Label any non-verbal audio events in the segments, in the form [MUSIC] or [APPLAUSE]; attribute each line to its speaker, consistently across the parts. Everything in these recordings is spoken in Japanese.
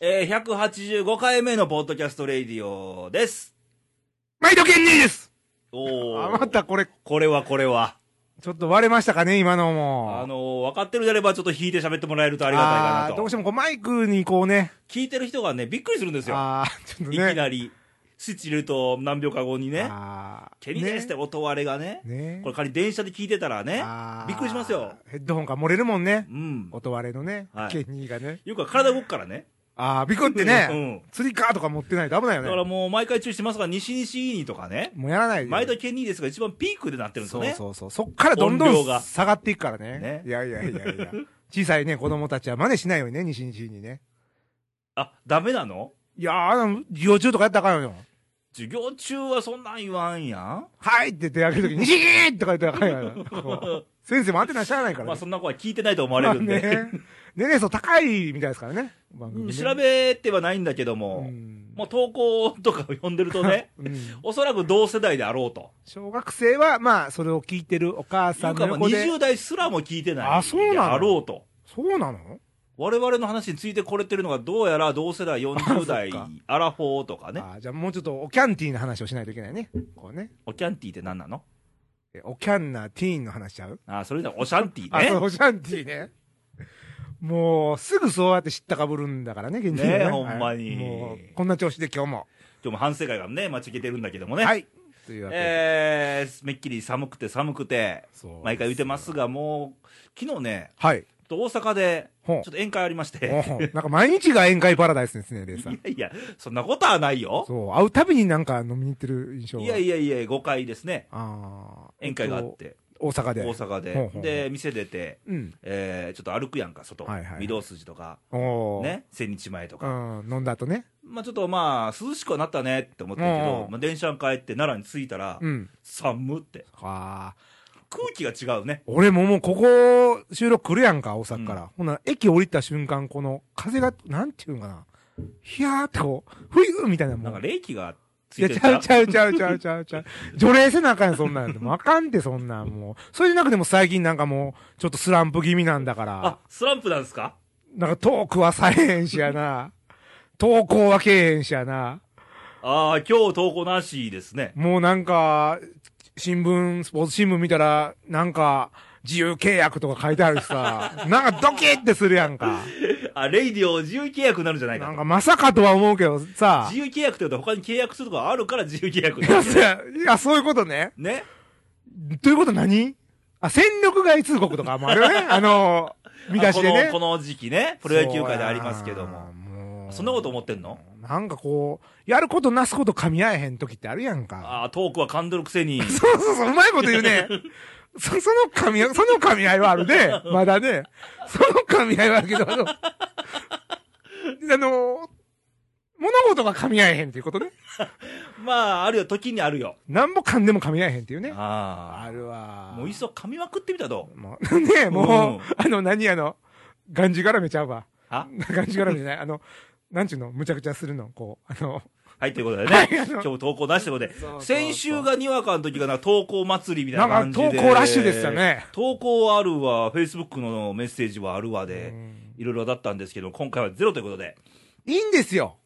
Speaker 1: えー、185回目のポッドキャストレディオです。
Speaker 2: 毎度ケンニーです
Speaker 1: お
Speaker 2: あ、
Speaker 1: ー。
Speaker 2: またこれ、
Speaker 1: これはこれは。
Speaker 2: ちょっと割れましたかね、今のも。
Speaker 1: あのー、分かってるであればちょっと弾いて喋ってもらえるとありがたい
Speaker 2: あ
Speaker 1: か
Speaker 2: ー
Speaker 1: な
Speaker 2: どうし
Speaker 1: と。
Speaker 2: てもこうマイクにこうね、
Speaker 1: 聞いてる人がね、びっくりするんですよ。
Speaker 2: あーちょっと
Speaker 1: い
Speaker 2: ね。
Speaker 1: きなり、スイッチ入れると何秒か後にね、
Speaker 2: あー
Speaker 1: ケニーですって音割れがね、
Speaker 2: ね。
Speaker 1: これ仮に電車で聞いてたらね、
Speaker 2: あー
Speaker 1: びっくりしますよ。
Speaker 2: ヘッドホンが漏れるもんね
Speaker 1: う。ん。
Speaker 2: 音割れのね、
Speaker 1: はい
Speaker 2: ケンニーがね。
Speaker 1: よくは体動くからね。
Speaker 2: あービクってね、
Speaker 1: うん
Speaker 2: 釣りカーとか持ってないと危ないよ
Speaker 1: だから
Speaker 2: ね。
Speaker 1: もう毎回注意してますが、西西イニとかね、
Speaker 2: もうやらないで。
Speaker 1: 毎度ケニーですが一番ピークでなってるんですよ
Speaker 2: そう
Speaker 1: ね。
Speaker 2: そうそう。そっからどんど
Speaker 1: 音量
Speaker 2: ん
Speaker 1: が
Speaker 2: 下がっていくから
Speaker 1: ね
Speaker 2: ね。いやいやいやいや。小さいね、子供たちは真似しないようにね、西日にね。
Speaker 1: あ、ダメなの
Speaker 2: いやー、あの授業中とかやったらあかんよ。
Speaker 1: 授業中はそんなん言わんやん。
Speaker 2: はいって手挙げるときに、シーって書いてあるからこう先生も当てなしゃあないから
Speaker 1: まあ
Speaker 2: ね。
Speaker 1: そんな子は聞いてないと思われるんで。
Speaker 2: まあね。年齢層高いみたいですからね。番
Speaker 1: う
Speaker 2: 組
Speaker 1: ん [LAUGHS]
Speaker 2: ね
Speaker 1: 調べてはないんだけども、
Speaker 2: うん、
Speaker 1: もう投稿とかを読んでるとね
Speaker 2: うん
Speaker 1: おそらく同世代であろうと。
Speaker 2: 小学生は、まあ、それを聞いてるお母
Speaker 1: い
Speaker 2: さ
Speaker 1: うん
Speaker 2: の
Speaker 1: か、まあ
Speaker 2: 横で。
Speaker 1: 20代すらも聞いてない。
Speaker 2: あそうなの
Speaker 1: あろうと。
Speaker 2: そうなの
Speaker 1: 我々の話についてこれてるのが、どうやら同世代40代
Speaker 2: あそっか、
Speaker 1: アラフォーとかね。
Speaker 2: あじゃあもうちょっとおキャンティーの話をしないといけないね。こうね。
Speaker 1: おキャンティーって何なの
Speaker 2: えおキャンなティーンの話しちゃう
Speaker 1: あ、それじゃおシャンティ
Speaker 2: あ、
Speaker 1: ー
Speaker 2: そう、
Speaker 1: ね。
Speaker 2: おキャンティーね。もう、すぐそうやって知ったかぶるんだからね、現実
Speaker 1: ねえほんまに
Speaker 2: もう、こんな調子で今日も。
Speaker 1: 今日も反省会がね、待ち受けてるんだけどもね。
Speaker 2: はい。というわけで。
Speaker 1: えー、めっきり寒くて寒くて、
Speaker 2: そう
Speaker 1: 毎回言ってますが、もう、昨日ね、
Speaker 2: は
Speaker 1: ち
Speaker 2: い。
Speaker 1: ょっと大阪で、ちょ
Speaker 2: ほう
Speaker 1: っと宴会ありまして、
Speaker 2: おうなんか毎日が宴会パラダイスですね、レイさん。
Speaker 1: いやいや、そんなことはないよ。
Speaker 2: そう、会うたびになんか飲みに行ってる印象が。
Speaker 1: いやいやいや、5回ですね、
Speaker 2: あー
Speaker 1: 宴会があっ。て、
Speaker 2: 大阪で。
Speaker 1: 大阪で、
Speaker 2: ほうほう
Speaker 1: で、店出て、
Speaker 2: うん。
Speaker 1: えーちょっと歩くやんか、外、御、
Speaker 2: はいはいはい
Speaker 1: 堂筋とか、
Speaker 2: おー。。
Speaker 1: ね、千日前と
Speaker 2: う
Speaker 1: か、
Speaker 2: ん、飲んだ後ね。
Speaker 1: まあ、ちょっとまあ、涼しくはなったねって思ったけ
Speaker 2: うん
Speaker 1: ど
Speaker 2: う、ん
Speaker 1: まあ、電車に帰って奈良に着いたら、
Speaker 2: うん。
Speaker 1: 寒って、
Speaker 2: ああ。
Speaker 1: 空気が違うね、
Speaker 2: 俺ももうここ、収録来るやんか、大阪か
Speaker 1: う
Speaker 2: ら。ほな、駅降りた瞬間、この風が、なんていうんかな。ひやーってこう、ふゆーみたいなも
Speaker 1: なんか
Speaker 2: う。
Speaker 1: 冷気がつ
Speaker 2: い
Speaker 1: い
Speaker 2: や、
Speaker 1: て
Speaker 2: ち
Speaker 1: る
Speaker 2: ゃうちゃうちゃうちゃうちゃうちゃう。除霊せなあかんよ、そんなんて。もうあかんって、そんなんもう。それでなくても最近なんかもう、ちょっとスランプ気味なんだから。
Speaker 1: あスランプなんですか
Speaker 2: なんかトークはされへんしやな。投稿はけえへんしやな。
Speaker 1: ああ、今日投稿なしですね。
Speaker 2: もうなんか、新聞、スポーツ新聞見たら、なんか、自由契約とか書いてあるし
Speaker 1: [LAUGHS]
Speaker 2: さ、なんかドキッてするやんか。
Speaker 1: あ、レイディオ自由契約になるんじゃないか
Speaker 2: な
Speaker 1: と
Speaker 2: んかまさかとは思うけどさ
Speaker 1: 自、由契約というと他に契約するとかあるから自由契約
Speaker 2: いや、 [LAUGHS] そやいやそういうことね。
Speaker 1: ね。
Speaker 2: ということ何あ、戦力外通告とかもあるよね。
Speaker 1: [LAUGHS]
Speaker 2: あの、見出しでね
Speaker 1: あこ。の、この時期ね、プロ野球界でありますけど
Speaker 2: そうや
Speaker 1: も。
Speaker 2: もう
Speaker 1: そんなこと思ってんの
Speaker 2: なんかこう、やることなすこと噛み合えへん時ってあるやんか。
Speaker 1: ああ、トークは噛んどるくせに。
Speaker 2: そうそうそう、うまいこと言
Speaker 1: [LAUGHS]
Speaker 2: うね。そ、その噛み合い、その噛み合いはあるね。まだね。その噛み合いはあるけど、 [LAUGHS] あの、あの、物事が噛み合えへんっていうことね。
Speaker 1: まあ、あるよ、時にあるよ。
Speaker 2: なんぼ噛んでも噛み合えへんっていうね。
Speaker 1: あ
Speaker 2: あるわ
Speaker 1: あ。。もういっそ噛みまくってみたらどう
Speaker 2: もうねえ、もう、
Speaker 1: うん
Speaker 2: あの、何あの、がんじがらめちゃうわ。
Speaker 1: あ
Speaker 2: がんじがらめじゃない。あの、なんちゅうの、むちゃくちゃするの、こう、あの、
Speaker 1: はい、ということで
Speaker 2: は
Speaker 1: ね
Speaker 2: い。あ
Speaker 1: 今
Speaker 2: の
Speaker 1: 日も投稿なしということ
Speaker 2: そうそうそう
Speaker 1: で。先週がにわかの時がな、投稿祭りみたい
Speaker 2: な
Speaker 1: なん感
Speaker 2: か
Speaker 1: じで。
Speaker 2: 投稿ラッシュでした。ね。
Speaker 1: 投稿あるわ、Facebook のメッセージはあるわで
Speaker 2: う、ん
Speaker 1: いろいろだったんですけど、今回はゼロということで。
Speaker 2: いいんです
Speaker 1: [LAUGHS]
Speaker 2: よ。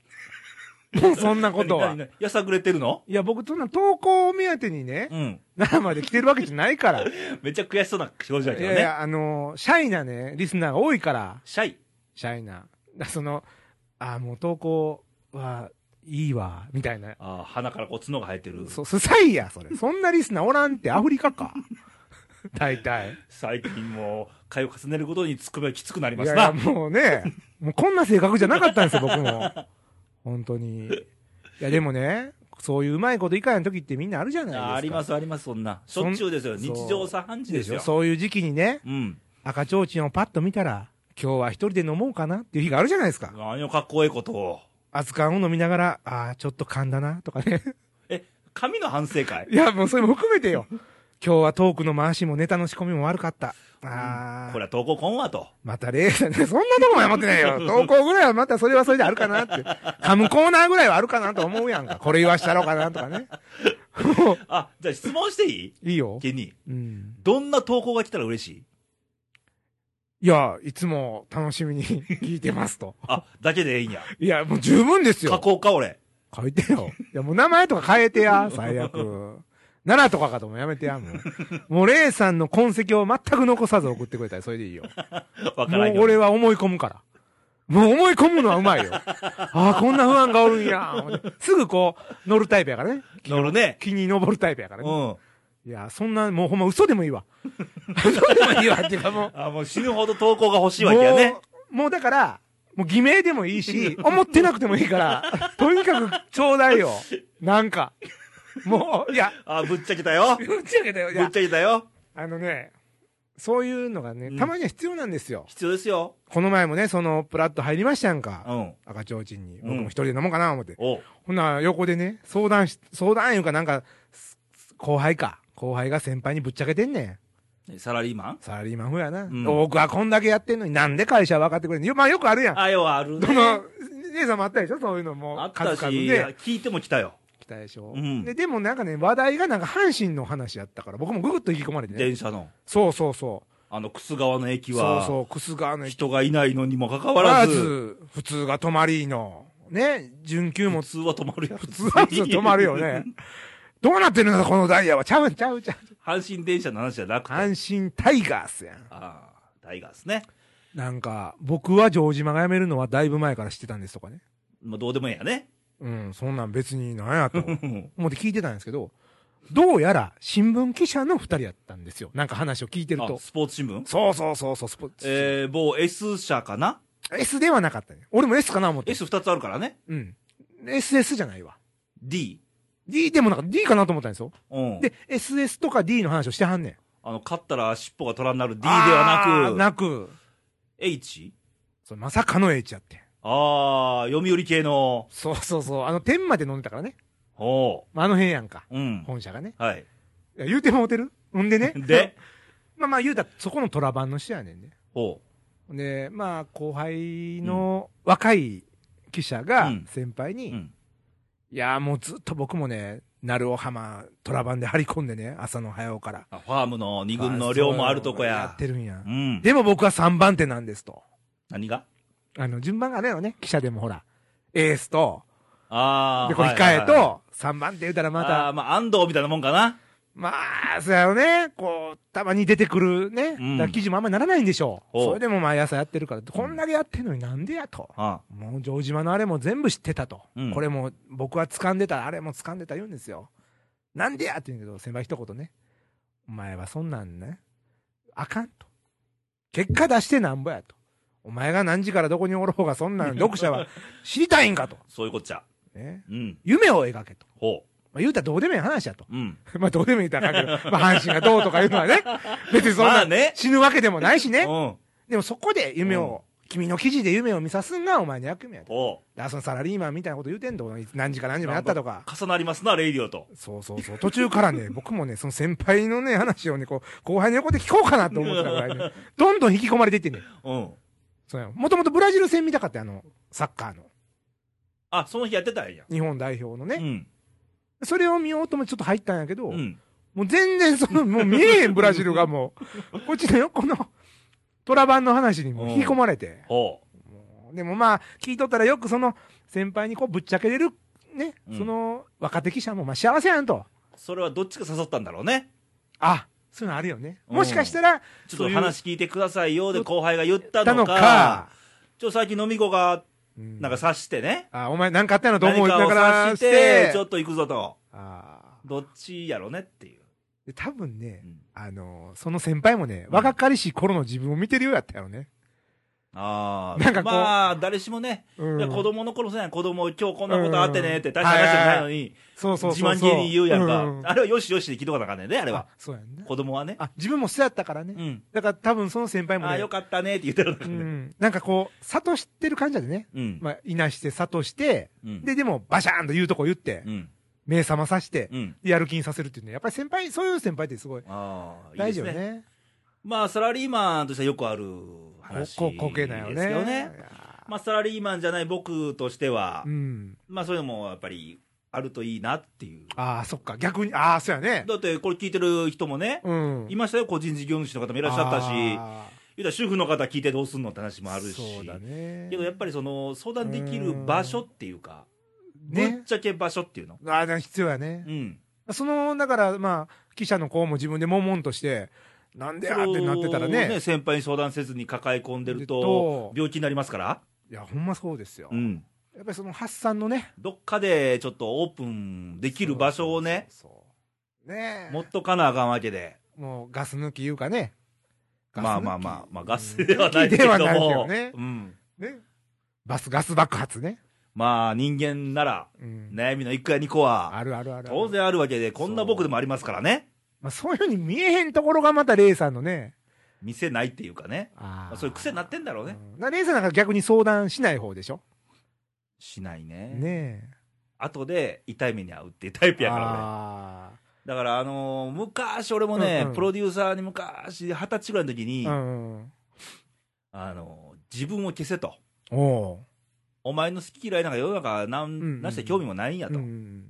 Speaker 2: もうそんなことは
Speaker 1: 何。何やさぐれてるの
Speaker 2: いや、僕、そんな投稿を目当てにね、
Speaker 1: うん。
Speaker 2: 奈良まで来てるわけじゃな
Speaker 1: [LAUGHS]
Speaker 2: いから。い
Speaker 1: めっちゃ悔しそうな表情だけど
Speaker 2: やい
Speaker 1: ね。
Speaker 2: や、あのーシャイなね、リスナーが多いから、
Speaker 1: シャイ。
Speaker 2: シャイな。だその、あーもう投稿は、いいわ、みたいな。
Speaker 1: あー鼻からこう角が生えてる。
Speaker 2: そ、すさいや、それ。そんなリスナーおらんって、アフリ
Speaker 1: [LAUGHS]
Speaker 2: カか。大体。
Speaker 1: 最近もう、会を重ねることにつくばきつくなり
Speaker 2: い
Speaker 1: ます
Speaker 2: やい
Speaker 1: な。
Speaker 2: や、もうね、もうこんな性格じゃなかったんですよ、僕も。本当に。いや、でもね、そういううまいこといかん時ってみんなあるじゃないです
Speaker 1: あ
Speaker 2: か。
Speaker 1: ーありますすあります、そんな。しょっちゅうですよ。日
Speaker 2: そう
Speaker 1: 常茶飯事
Speaker 2: で
Speaker 1: で
Speaker 2: し
Speaker 1: す
Speaker 2: ょ。
Speaker 1: よ。
Speaker 2: そういう時期にね、
Speaker 1: うん。
Speaker 2: 赤ちょうちんをパッと見たら、今日は一人で飲もうかなっていう日があるじゃないですか。
Speaker 1: あのかっこええことを。
Speaker 2: 熱燗を飲みながら、ああ、ちょっと噛んだな、とかね。
Speaker 1: え、神の反省会
Speaker 2: いや、もうそれも含めてよ。今日はトークの回しもネタの仕込みも悪かった。ああ、
Speaker 1: これは投稿こんわと。
Speaker 2: またレイさんね、そんなとこも謝ってないよ。投稿ぐらいはまたそれはそれであるかなって。噛むコーナーぐらいはあるかなと思うやんか。これ言わしたろうかなとかね。も
Speaker 1: あ、じゃあ質問していいう
Speaker 2: いいよ。
Speaker 1: ケニー。
Speaker 2: うん。
Speaker 1: どんな投稿が来たら嬉しい
Speaker 2: いや、いつも楽しみに聞いてますと。
Speaker 1: あ、だけでいいんや。
Speaker 2: いや、もう十分です
Speaker 1: 加
Speaker 2: よ。
Speaker 1: 工か、俺。
Speaker 2: 書いて
Speaker 1: [LAUGHS]
Speaker 2: よ。いや、もう名前とか変えてや、最悪。奈良とかかともやめてや、も
Speaker 1: [LAUGHS]
Speaker 2: う。もう、レイさんの痕跡を全く残さず送ってくれたらそれでいいよ。
Speaker 1: わか
Speaker 2: も
Speaker 1: らんよ
Speaker 2: う俺は思い込むから。もう思い込むのはうま
Speaker 1: [LAUGHS]
Speaker 2: いよ。ああ、こんな不安がおるんや。すぐこう、乗るタイプやからね。
Speaker 1: 乗るね。
Speaker 2: 気に登るタイプやから
Speaker 1: う
Speaker 2: ね。
Speaker 1: ん。
Speaker 2: いや、そんな、もうほんま嘘でもい
Speaker 1: [LAUGHS]
Speaker 2: いわ。嘘でもいいわっていうかもう。
Speaker 1: あ、もう死ぬほど投稿が欲しいわけやね。
Speaker 2: もう、もうだから、もう偽名でもいい
Speaker 1: [LAUGHS]
Speaker 2: し、思ってなくてもいいから、とにかくちょうだいよ。なんか。もう、いや、
Speaker 1: あ、ぶっちゃけたよ。ぶ
Speaker 2: ぶっちゃけだよ。い
Speaker 1: っちゃ
Speaker 2: や、
Speaker 1: けたよ。
Speaker 2: あのね、そういうのがね、たまには必要なんですよ。
Speaker 1: 必要ですよ。
Speaker 2: この前もね、その、プラッと入りましたやんか。
Speaker 1: うん。
Speaker 2: 赤ちょうちんに。
Speaker 1: うん
Speaker 2: 僕も一人で飲もうかな思って。
Speaker 1: おう
Speaker 2: ほんなら横でね、相談し、相談いうかなんか、すす後輩か。後輩が先輩にぶっちゃけてんねん。
Speaker 1: サラリーマン
Speaker 2: サラリーマン風やな。
Speaker 1: ん
Speaker 2: 僕はこんだけやってんのになんで会社分かってくれんのよまあよくあるやん。
Speaker 1: あ、よ、あるね
Speaker 2: そ。の、姉さんもあったでしょそういうのも。
Speaker 1: あったし、
Speaker 2: 数々
Speaker 1: いや
Speaker 2: で。
Speaker 1: 聞いても来たよ。
Speaker 2: 来たでしょ、
Speaker 1: うん
Speaker 2: で、でもなんかね、話題がなんか阪神の話やったから、僕もぐぐっと引き込まれてね。
Speaker 1: 電車の。
Speaker 2: そうそうそ
Speaker 1: あの、楠川の駅
Speaker 2: う。そう
Speaker 1: は、
Speaker 2: そう、くすがの
Speaker 1: 人がいないのにもかかわ
Speaker 2: ま
Speaker 1: らず、
Speaker 2: ず、普通が止まりの。ね、準急も
Speaker 1: 普通は止まるや
Speaker 2: 普通は普通止まるよね。どうなってるんだ、このダイヤは。ちゃうちゃうちゃう。
Speaker 1: [LAUGHS] 阪神電車の話じゃなくて。あ
Speaker 2: 阪神タイガースやん。
Speaker 1: あー、タイガースね。
Speaker 2: なんか、僕は城島が辞めるのはだいぶ前から知ってたんですとかね。
Speaker 1: まあ、どうでもいいやね。
Speaker 2: うん、そんなん別になんやと。
Speaker 1: うん
Speaker 2: 思って聞いてたんですけど、どうやら新聞記者の二人やったんですよ。なんか話を聞いてる
Speaker 1: あ
Speaker 2: と。
Speaker 1: スポーツ新聞
Speaker 2: そうそうそうそう、スポーツ。
Speaker 1: えー、某 S 社かな
Speaker 2: S ではなかったね。俺も S かな思って。。
Speaker 1: ?S2 つあるからね。
Speaker 2: うん。SS じゃないわ。
Speaker 1: D。
Speaker 2: D でもなんか D かなと思ったんですよ。
Speaker 1: うん。
Speaker 2: で、SS とか D の話をしてはんねん。D
Speaker 1: あの、勝ったら尻尾が虎になる D ではなく、
Speaker 2: なく、
Speaker 1: H?
Speaker 2: そうまさかの H やって。
Speaker 1: ああ、読売系の、
Speaker 2: そうそうそう。あの、天まで飲んでたからね。
Speaker 1: お
Speaker 2: まああの辺やんか。
Speaker 1: う。うん。
Speaker 2: 本社がね。
Speaker 1: はい。。
Speaker 2: いや言うてもうてるほんでね
Speaker 1: で、
Speaker 2: [LAUGHS] まあまあ言うたら、そこの虎版の人やねんね。
Speaker 1: おう。
Speaker 2: で、まあ、後輩の若い記者が
Speaker 1: うん
Speaker 2: 先輩に、
Speaker 1: うん。
Speaker 2: いやーもうずっと僕もね、鳴尾浜、虎番で張り込んでね、朝の早うから。
Speaker 1: あファームの二軍の量もあるとこ
Speaker 2: や
Speaker 1: や
Speaker 2: っ。てるんや
Speaker 1: う。ん。
Speaker 2: でも僕は3番手なんですと。
Speaker 1: 何が
Speaker 2: あの、順番があれよね、記者でもほら、エースと、
Speaker 1: ああ。
Speaker 2: で、これ
Speaker 1: はい
Speaker 2: 控え
Speaker 1: はいはい
Speaker 2: と、3番手言うたらま
Speaker 1: あー
Speaker 2: た、
Speaker 1: まあ、安藤みたいなもんかな。
Speaker 2: まあ、そうやろね、こう、たまに出てくるね、だ
Speaker 1: うん
Speaker 2: から記事もあんまりならないんでしょう。
Speaker 1: ほう
Speaker 2: それでも毎朝やってるから、こんだけやってんのになんでやと。
Speaker 1: あ
Speaker 2: もう城島のあれも全部知ってたと、
Speaker 1: うん
Speaker 2: これも僕は掴んでた、あれも掴んでた言うんですよ。なんでやって言うんだけど、先輩一言ね、お前はそんなんね、あかんと。結果出してなんぼやと。お前が何時からどこにおろうが、そ
Speaker 1: [LAUGHS]
Speaker 2: んなん読者は知りたいんかと。
Speaker 1: そういうこっちゃ。
Speaker 2: ね、
Speaker 1: うん。
Speaker 2: 夢を描けと。
Speaker 1: ほ
Speaker 2: まあ、言うたらどうでもいい話やと。 [LAUGHS]
Speaker 1: う。うん。
Speaker 2: まあどうでもいいってあかん
Speaker 1: [LAUGHS]
Speaker 2: けど、まあ阪神がどうとかいうのはね、別にそん
Speaker 1: ま
Speaker 2: な
Speaker 1: あね
Speaker 2: 死ぬわけでもないし
Speaker 1: う
Speaker 2: ね。
Speaker 1: ん。
Speaker 2: でもそこで夢を、君の記事で夢を見さすんがお前の役目やと。
Speaker 1: おう。
Speaker 2: だからそのサラリーマンみたいなこと言うてんと、何時か何時もやったとか。
Speaker 1: 重なりますな、レイディオと。
Speaker 2: そうそうそう。途中からね、 [LAUGHS] 僕もね、その先輩のね、話をね、こう、後輩の横で聞こうかなと思ってたぐら
Speaker 1: [LAUGHS]
Speaker 2: いね、どんどん引き込まれていってね。
Speaker 1: うん。
Speaker 2: そうやもともとブラジル戦見たかった、あの、サッカーの。
Speaker 1: あ、その日やってたんや。
Speaker 2: 日本代表の
Speaker 1: う
Speaker 2: ね。
Speaker 1: ん。
Speaker 2: それを見ようともちょっと入ったんやけど、
Speaker 1: うん。
Speaker 2: もう全然
Speaker 1: [LAUGHS]
Speaker 2: その、もう見えへん、ブラジルがもう。こっちの横の、トラバンの話にも引き込まれて。
Speaker 1: ほう。
Speaker 2: でもまあ、聞いとったらよくその、先輩にこう、ぶっちゃけれる、ね、
Speaker 1: うん
Speaker 2: その、若手記者も、まあ幸せやんと。
Speaker 1: それはどっちか誘ったんだろうね。
Speaker 2: あ、そういうのあるよね。
Speaker 1: うん
Speaker 2: もしかしたら、
Speaker 1: ちょっと話聞いてくださいよで後輩が言った
Speaker 2: た
Speaker 1: の
Speaker 2: の
Speaker 1: か、
Speaker 2: か、
Speaker 1: ちょっと最近飲み子が
Speaker 2: うん
Speaker 1: なんか察してね、
Speaker 2: あ、お前なんかあったよなと
Speaker 1: 何
Speaker 2: 思い
Speaker 1: か
Speaker 2: な
Speaker 1: を
Speaker 2: が
Speaker 1: 察
Speaker 2: ら
Speaker 1: して、ちょ
Speaker 2: あ
Speaker 1: っと行くぞと。
Speaker 2: あ
Speaker 1: どっちやろねっていう。
Speaker 2: で多分ね、
Speaker 1: うん
Speaker 2: あの、その先輩もね、若かりし頃の自分を見てるようやったよね。
Speaker 1: ああ。
Speaker 2: なんかこう
Speaker 1: まあ、誰しもね、
Speaker 2: うん
Speaker 1: いや子供の頃さ、子供今日こんなことあってねって大した話じゃないのに、
Speaker 2: そうそう
Speaker 1: 自
Speaker 2: そうそう。
Speaker 1: 慢げに言うやんか。
Speaker 2: う
Speaker 1: あれはよしよしで聞いとかなあかんねんね、あれは
Speaker 2: あ。そうやんね。
Speaker 1: 子供はね。
Speaker 2: あ、自分もそうやったからね。
Speaker 1: うん。
Speaker 2: だから多分その先輩も
Speaker 1: あ
Speaker 2: ね、
Speaker 1: あ、よかったねって言ってるのか
Speaker 2: う
Speaker 1: ね。
Speaker 2: ん、なんかこう、悟してる感じだでね。
Speaker 1: うん。
Speaker 2: まあ、いなして、悟して、
Speaker 1: うん
Speaker 2: で、でも、バシャーンと言うとこ言って、
Speaker 1: うん。
Speaker 2: 目覚まさして、
Speaker 1: うん。
Speaker 2: やる気にさせるっていうね。やっぱり先輩、そういう先輩ってすごい、
Speaker 1: ああ、いい
Speaker 2: 大
Speaker 1: で
Speaker 2: 事
Speaker 1: す
Speaker 2: よ
Speaker 1: ね。
Speaker 2: ね。
Speaker 1: まあ、サラリーマンとしてはよくある
Speaker 2: こ
Speaker 1: 話。
Speaker 2: こ、こけないよね。
Speaker 1: ですよ
Speaker 2: い
Speaker 1: ね
Speaker 2: や。ー
Speaker 1: まあ、サラリーマンじゃない僕としては、
Speaker 2: うん。
Speaker 1: まあ、そういうのもやっぱりあるといいなっていう。
Speaker 2: ああ、そっか。逆に、ああ、そうやね。
Speaker 1: だって、これ聞いてる人もね、
Speaker 2: うん。
Speaker 1: いましたよ、個人事業主の方もいらっしゃったし、
Speaker 2: あ
Speaker 1: 言うたら主婦の方聞いてどうすんのって話もあるし。
Speaker 2: そうだね。
Speaker 1: けどやっぱりその相談できる場所っていうか、ぶっ
Speaker 2: ね。
Speaker 1: ちゃけ場所っていうの。
Speaker 2: ああ、だから必要やね
Speaker 1: う。ん。
Speaker 2: その、だから、まあ、記者の子も自分で悶々として、なんでやってなってたら
Speaker 1: それを
Speaker 2: ね。
Speaker 1: 先輩に相談せずに抱え込んでる
Speaker 2: と
Speaker 1: と、病気になりますから。
Speaker 2: いや、ほんまそうですよ。
Speaker 1: うん。
Speaker 2: やっぱりその発散のね。
Speaker 1: どっかでちょっとオープンで
Speaker 2: 切
Speaker 1: きる場所をね、。
Speaker 2: そう。ねえ。
Speaker 1: 持っとかなあかんわけで。
Speaker 2: もうガス抜きいうかね。
Speaker 1: まあまあ
Speaker 2: ガス抜き
Speaker 1: まあ、まあガスではないけ
Speaker 2: [LAUGHS] で
Speaker 1: ど
Speaker 2: はないけ
Speaker 1: も
Speaker 2: ど。ね
Speaker 1: うん。
Speaker 2: ね。バス、ガス爆発ね。
Speaker 1: まあ人間なら、
Speaker 2: うん。
Speaker 1: 悩みの1個や2個は、
Speaker 2: あるあるあるある。
Speaker 1: 当然あるわけで、こんな僕でもありますからね。
Speaker 2: まあ、そういうふうに見えへんところがまたレイさんのね。
Speaker 1: 見せないっていうかね。
Speaker 2: あ
Speaker 1: まあそういう癖になってんだろうね。
Speaker 2: うんなレイさんなんか逆に相談しない方でしょ
Speaker 1: しないね。
Speaker 2: ね
Speaker 1: 後で痛い目に遭うっていうタイプ
Speaker 2: え。
Speaker 1: やからね。
Speaker 2: あ
Speaker 1: だから、あのー昔俺もね、
Speaker 2: うんうん
Speaker 1: プロデューサーに昔、二十歳ぐらいの時に、
Speaker 2: あ。うん。
Speaker 1: あのー自分を消せと。
Speaker 2: おう。
Speaker 1: お前の好き嫌いなんか世の中なん、
Speaker 2: んうん
Speaker 1: なして興味もないんやと。
Speaker 2: うん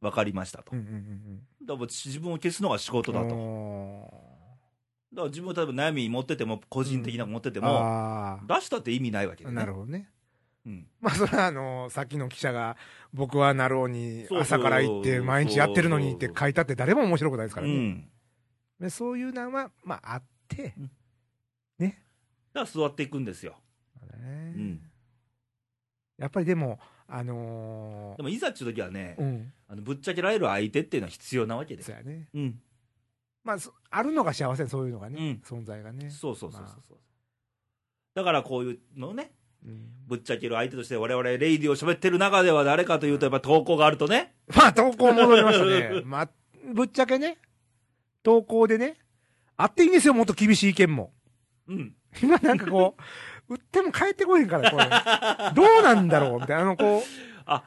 Speaker 1: わ、かりましたと。
Speaker 2: うんうんうん
Speaker 1: だか
Speaker 2: うん
Speaker 1: ら自分を消すのが仕事だと。だか
Speaker 2: お
Speaker 1: ら自分を例えば悩み持ってても、個人的なの持ってて
Speaker 2: ー
Speaker 1: も、
Speaker 2: あ
Speaker 1: 出したって意味ないわけ
Speaker 2: ー
Speaker 1: でね。
Speaker 2: なるほどね。
Speaker 1: うん
Speaker 2: まあ、それはあの、さっきの記者が、僕はなろう
Speaker 1: そ
Speaker 2: に
Speaker 1: うそう
Speaker 2: 朝から行って毎日やってるのにって書いたって誰も面白くないですから
Speaker 1: う
Speaker 2: ね。
Speaker 1: ん。
Speaker 2: でそういうのは、まあ、あって、
Speaker 1: だから座っていくんですよ。
Speaker 2: ね
Speaker 1: うん。
Speaker 2: やっぱりでも、あの
Speaker 1: でもいざっていう時はね、
Speaker 2: ー、うん、
Speaker 1: あのぶっちゃけられる相手っていうのは必要なわけで。
Speaker 2: そうやね。
Speaker 1: うん。
Speaker 2: まあ、そあるのが幸せ、そういうのがね、存在がね。
Speaker 1: そうそうそうそう
Speaker 2: ま
Speaker 1: そう。だからこういうのをね、
Speaker 2: うん
Speaker 1: ぶっちゃける相手として我々レイディを喋ってる中では誰かというとやっぱ投稿があるとね、
Speaker 2: まあ、投稿戻りました
Speaker 1: [LAUGHS]
Speaker 2: ね。まあ、ぶっちゃけね、投稿でね、あっていいんですよ、もっと厳しい意見も。
Speaker 1: うん。
Speaker 2: 今なんかこ
Speaker 1: [LAUGHS]
Speaker 2: う、売っても帰ってこへんから、これ。どうなんだろうみたいな、あの、こう、
Speaker 1: [LAUGHS] あ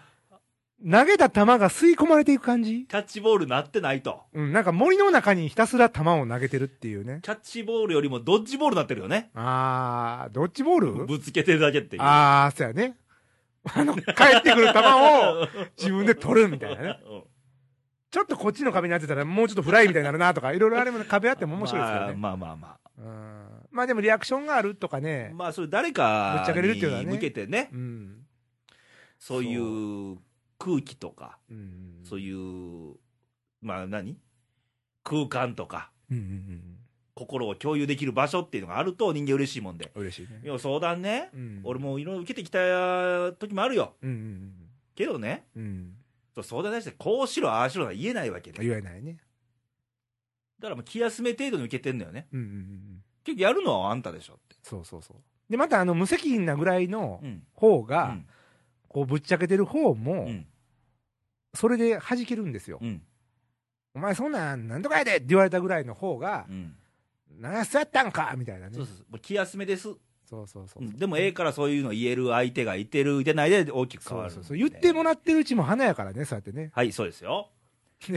Speaker 2: 投げた球が吸い込まれていく感じ
Speaker 1: キャッチボールなってないと。
Speaker 2: うん、なんか森の中にひたすら球を投げてるっていうね。
Speaker 1: キャッチボールよりもドッジボールなってるよね。
Speaker 2: あー、ドッジボール
Speaker 1: ぶつけてるだけっていう。
Speaker 2: あー、そうやね。 [LAUGHS] あの、帰ってくる
Speaker 1: [LAUGHS]
Speaker 2: 球を自分で取るみたいなね。
Speaker 1: うん
Speaker 2: ちょっとこっちの壁になってたら、もうちょっとフライみたいになるなとか、いろいろあれも壁あっても面白いですからね。
Speaker 1: まあまあまあ
Speaker 2: うんまあでもリアクションがあると
Speaker 1: ま
Speaker 2: か
Speaker 1: あ。
Speaker 2: ね。
Speaker 1: まあそれ誰か
Speaker 2: ぶっちゃけれるっていうのは
Speaker 1: に
Speaker 2: ね
Speaker 1: 向けてね、
Speaker 2: うん。
Speaker 1: そういう空気とか、
Speaker 2: うん。
Speaker 1: そう
Speaker 2: い
Speaker 1: いう、まあ何空間とか、
Speaker 2: うん。うんうん
Speaker 1: 心を共有できる場所っていうのがあると人間嬉しいもんで。
Speaker 2: うん。嬉しいね。
Speaker 1: 要は相談ね、
Speaker 2: うん
Speaker 1: 俺。もいろいろ受けてきた時もあるよ。
Speaker 2: うんうん
Speaker 1: けどね、
Speaker 2: うん。うん。
Speaker 1: そう相談に対してこうしろ、ああしろは言えないわけで。だ
Speaker 2: 言えないね。
Speaker 1: からもう気休め程度に受けてんのよね。
Speaker 2: うんうんうんうん。
Speaker 1: 結局やるのはあんたでしょって。
Speaker 2: そうそうそう。で、またあの、無責任なぐらいの
Speaker 1: うん。
Speaker 2: 方
Speaker 1: う
Speaker 2: が、
Speaker 1: ん。
Speaker 2: こう、ぶっちゃけてる方
Speaker 1: う
Speaker 2: も、
Speaker 1: ん。
Speaker 2: それで弾けるんですよ
Speaker 1: う。ん。
Speaker 2: お前そんなん、なんとかやでって言われたぐらいの方が
Speaker 1: う、ん
Speaker 2: なんやそうやったんかみたいなね。
Speaker 1: そうそうそう。もう気休めです。
Speaker 2: そうそうそうう。
Speaker 1: んでもええからそういうの言える相手がいてる、いてないで大きく変
Speaker 2: そ
Speaker 1: わ
Speaker 2: う
Speaker 1: る。
Speaker 2: そうそう。言っても
Speaker 1: う。
Speaker 2: らってるうちも花やからね、そうやってね。
Speaker 1: はい、そうですよ。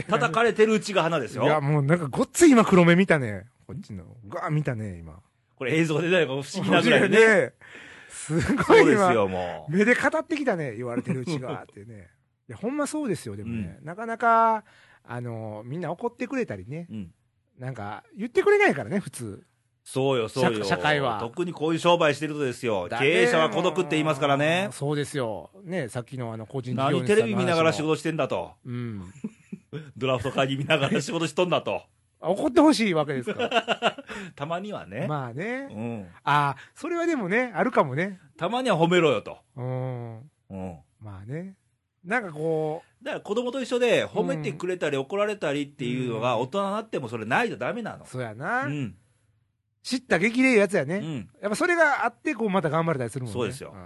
Speaker 1: 叩かれてるうちが花です
Speaker 2: いや、
Speaker 1: よ。
Speaker 2: もうなんかごっつい今黒目見たね。こっちの。ガー見たね、今。
Speaker 1: これ映像でないか不思議なぐらいね。
Speaker 2: ね。すご
Speaker 1: そう
Speaker 2: い
Speaker 1: です
Speaker 2: 今。
Speaker 1: よ、もう。
Speaker 2: 目で語ってきたね、言われてるうちが、ってね。 [LAUGHS] いや、ほんまそうですよ、でもね。なかなか、あの、みんな怒ってくれたりね。
Speaker 1: うん。
Speaker 2: なんか、言ってくれないからね、普通。
Speaker 1: そうよ、そうよ。
Speaker 2: 社社会は
Speaker 1: 特にこういう商売してるとですよ。経営者は孤独って言いますからね。
Speaker 2: そうですよ。ね、さっきのあの、個人事業
Speaker 1: 何
Speaker 2: 主
Speaker 1: テ
Speaker 2: さんの
Speaker 1: レビ見ながら仕
Speaker 2: 話も。
Speaker 1: 事してんだと。
Speaker 2: うん。
Speaker 1: ドラフト会議見ながら仕事しとんだと。 [LAUGHS]
Speaker 2: あ怒ってほしいわけですから。
Speaker 1: たまにはね。
Speaker 2: まあね
Speaker 1: う。ん。
Speaker 2: ああ、それはでもね、あるかもね。
Speaker 1: たまには褒めろよと。
Speaker 2: うん。
Speaker 1: うん。
Speaker 2: まあね。なんかこ
Speaker 1: だから子供と一緒で褒めてくれたり怒られたりっていうのが
Speaker 2: うん
Speaker 1: 大人になってもそれないとダメな
Speaker 2: う、
Speaker 1: の。
Speaker 2: そうやな。
Speaker 1: うん。
Speaker 2: 知った激励やつやね。
Speaker 1: うん。
Speaker 2: やっぱそれがあって、こう、また頑張れたりするもんね。
Speaker 1: そうですよ
Speaker 2: ん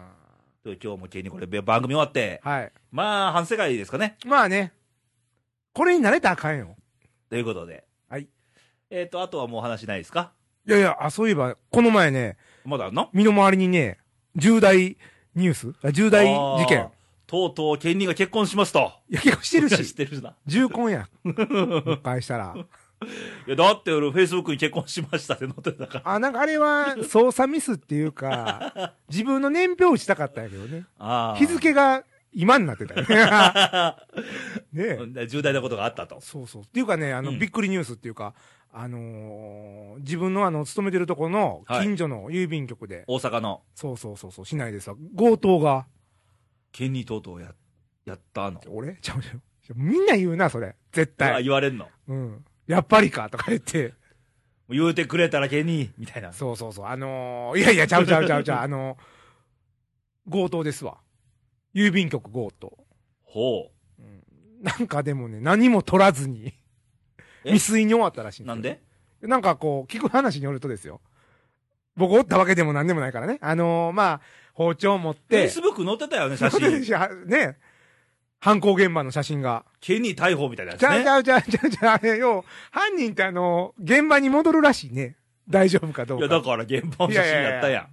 Speaker 1: という今日も急にこれ番組終わって、
Speaker 2: はい。
Speaker 1: まあ反省会ですかね。
Speaker 2: まあね。これに慣れたらあかんよ。
Speaker 1: ということで。
Speaker 2: はい。
Speaker 1: えっと、あとはもう話ないですか
Speaker 2: いやいや、あ、そういえば、この前ね、
Speaker 1: まだあんの
Speaker 2: 身の回りにね、重大ニュースあ重大事
Speaker 1: あー
Speaker 2: 件。
Speaker 1: とうとう県人が結婚しますと。
Speaker 2: いや、結構してる
Speaker 1: [LAUGHS] 知っ
Speaker 2: し、
Speaker 1: てるな。
Speaker 2: 重婚や。誤解したら。
Speaker 1: いや、だって俺、フェイスブックに結婚しましたって載ってたから。
Speaker 2: あ、なんかあれは操作ミスってい
Speaker 1: [LAUGHS]
Speaker 2: うか、自分の年表打ちたかったんやけどね。
Speaker 1: あー
Speaker 2: 日付が今になってたよね。ね
Speaker 1: [LAUGHS]
Speaker 2: え
Speaker 1: 重大なことがあったと。
Speaker 2: そうそう。っていうかね、あの、
Speaker 1: うん
Speaker 2: びっくりニュースっていうか、あのー自分のあの、勤めてるとこの
Speaker 1: はい
Speaker 2: 近所の郵便局で、
Speaker 1: 大阪の
Speaker 2: そうそうそうそう、市内でさ、強盗が、
Speaker 1: 権利等々ややったの。
Speaker 2: 俺ちゃうちゃう。みんな言うな、それ。絶
Speaker 1: あ
Speaker 2: 対。
Speaker 1: 言われんの。
Speaker 2: うん。やっぱりか、とか言って。
Speaker 1: 言うてくれたら権利みたいな。
Speaker 2: そうそうそう。あのーいやいや、ちゃうちゃうちゃうちゃう。あのー強盗ですわ。郵便局強盗。
Speaker 1: ほ
Speaker 2: なんかでもね、何も取らずに、
Speaker 1: え
Speaker 2: 未遂に終わったらしい
Speaker 1: う。
Speaker 2: ですよ
Speaker 1: なんで
Speaker 2: なんかこう、聞く話によるとですよ。僕おったわけでも何でもないからね。あのーまあ、包丁を持っ
Speaker 1: フェ
Speaker 2: て
Speaker 1: イ、スブック載ってたよね、写真。
Speaker 2: 真ね、犯行現場の写真が。
Speaker 1: 権利逮捕みたいなやつ
Speaker 2: ちゃうち
Speaker 1: ね。
Speaker 2: ゃうちゃうちゃうちゃう、あれよ、犯人ってあのー現場に戻るらしいね。大丈夫かど
Speaker 1: いうや、
Speaker 2: か。
Speaker 1: だから現場の写真やった
Speaker 2: いやいやい
Speaker 1: やん。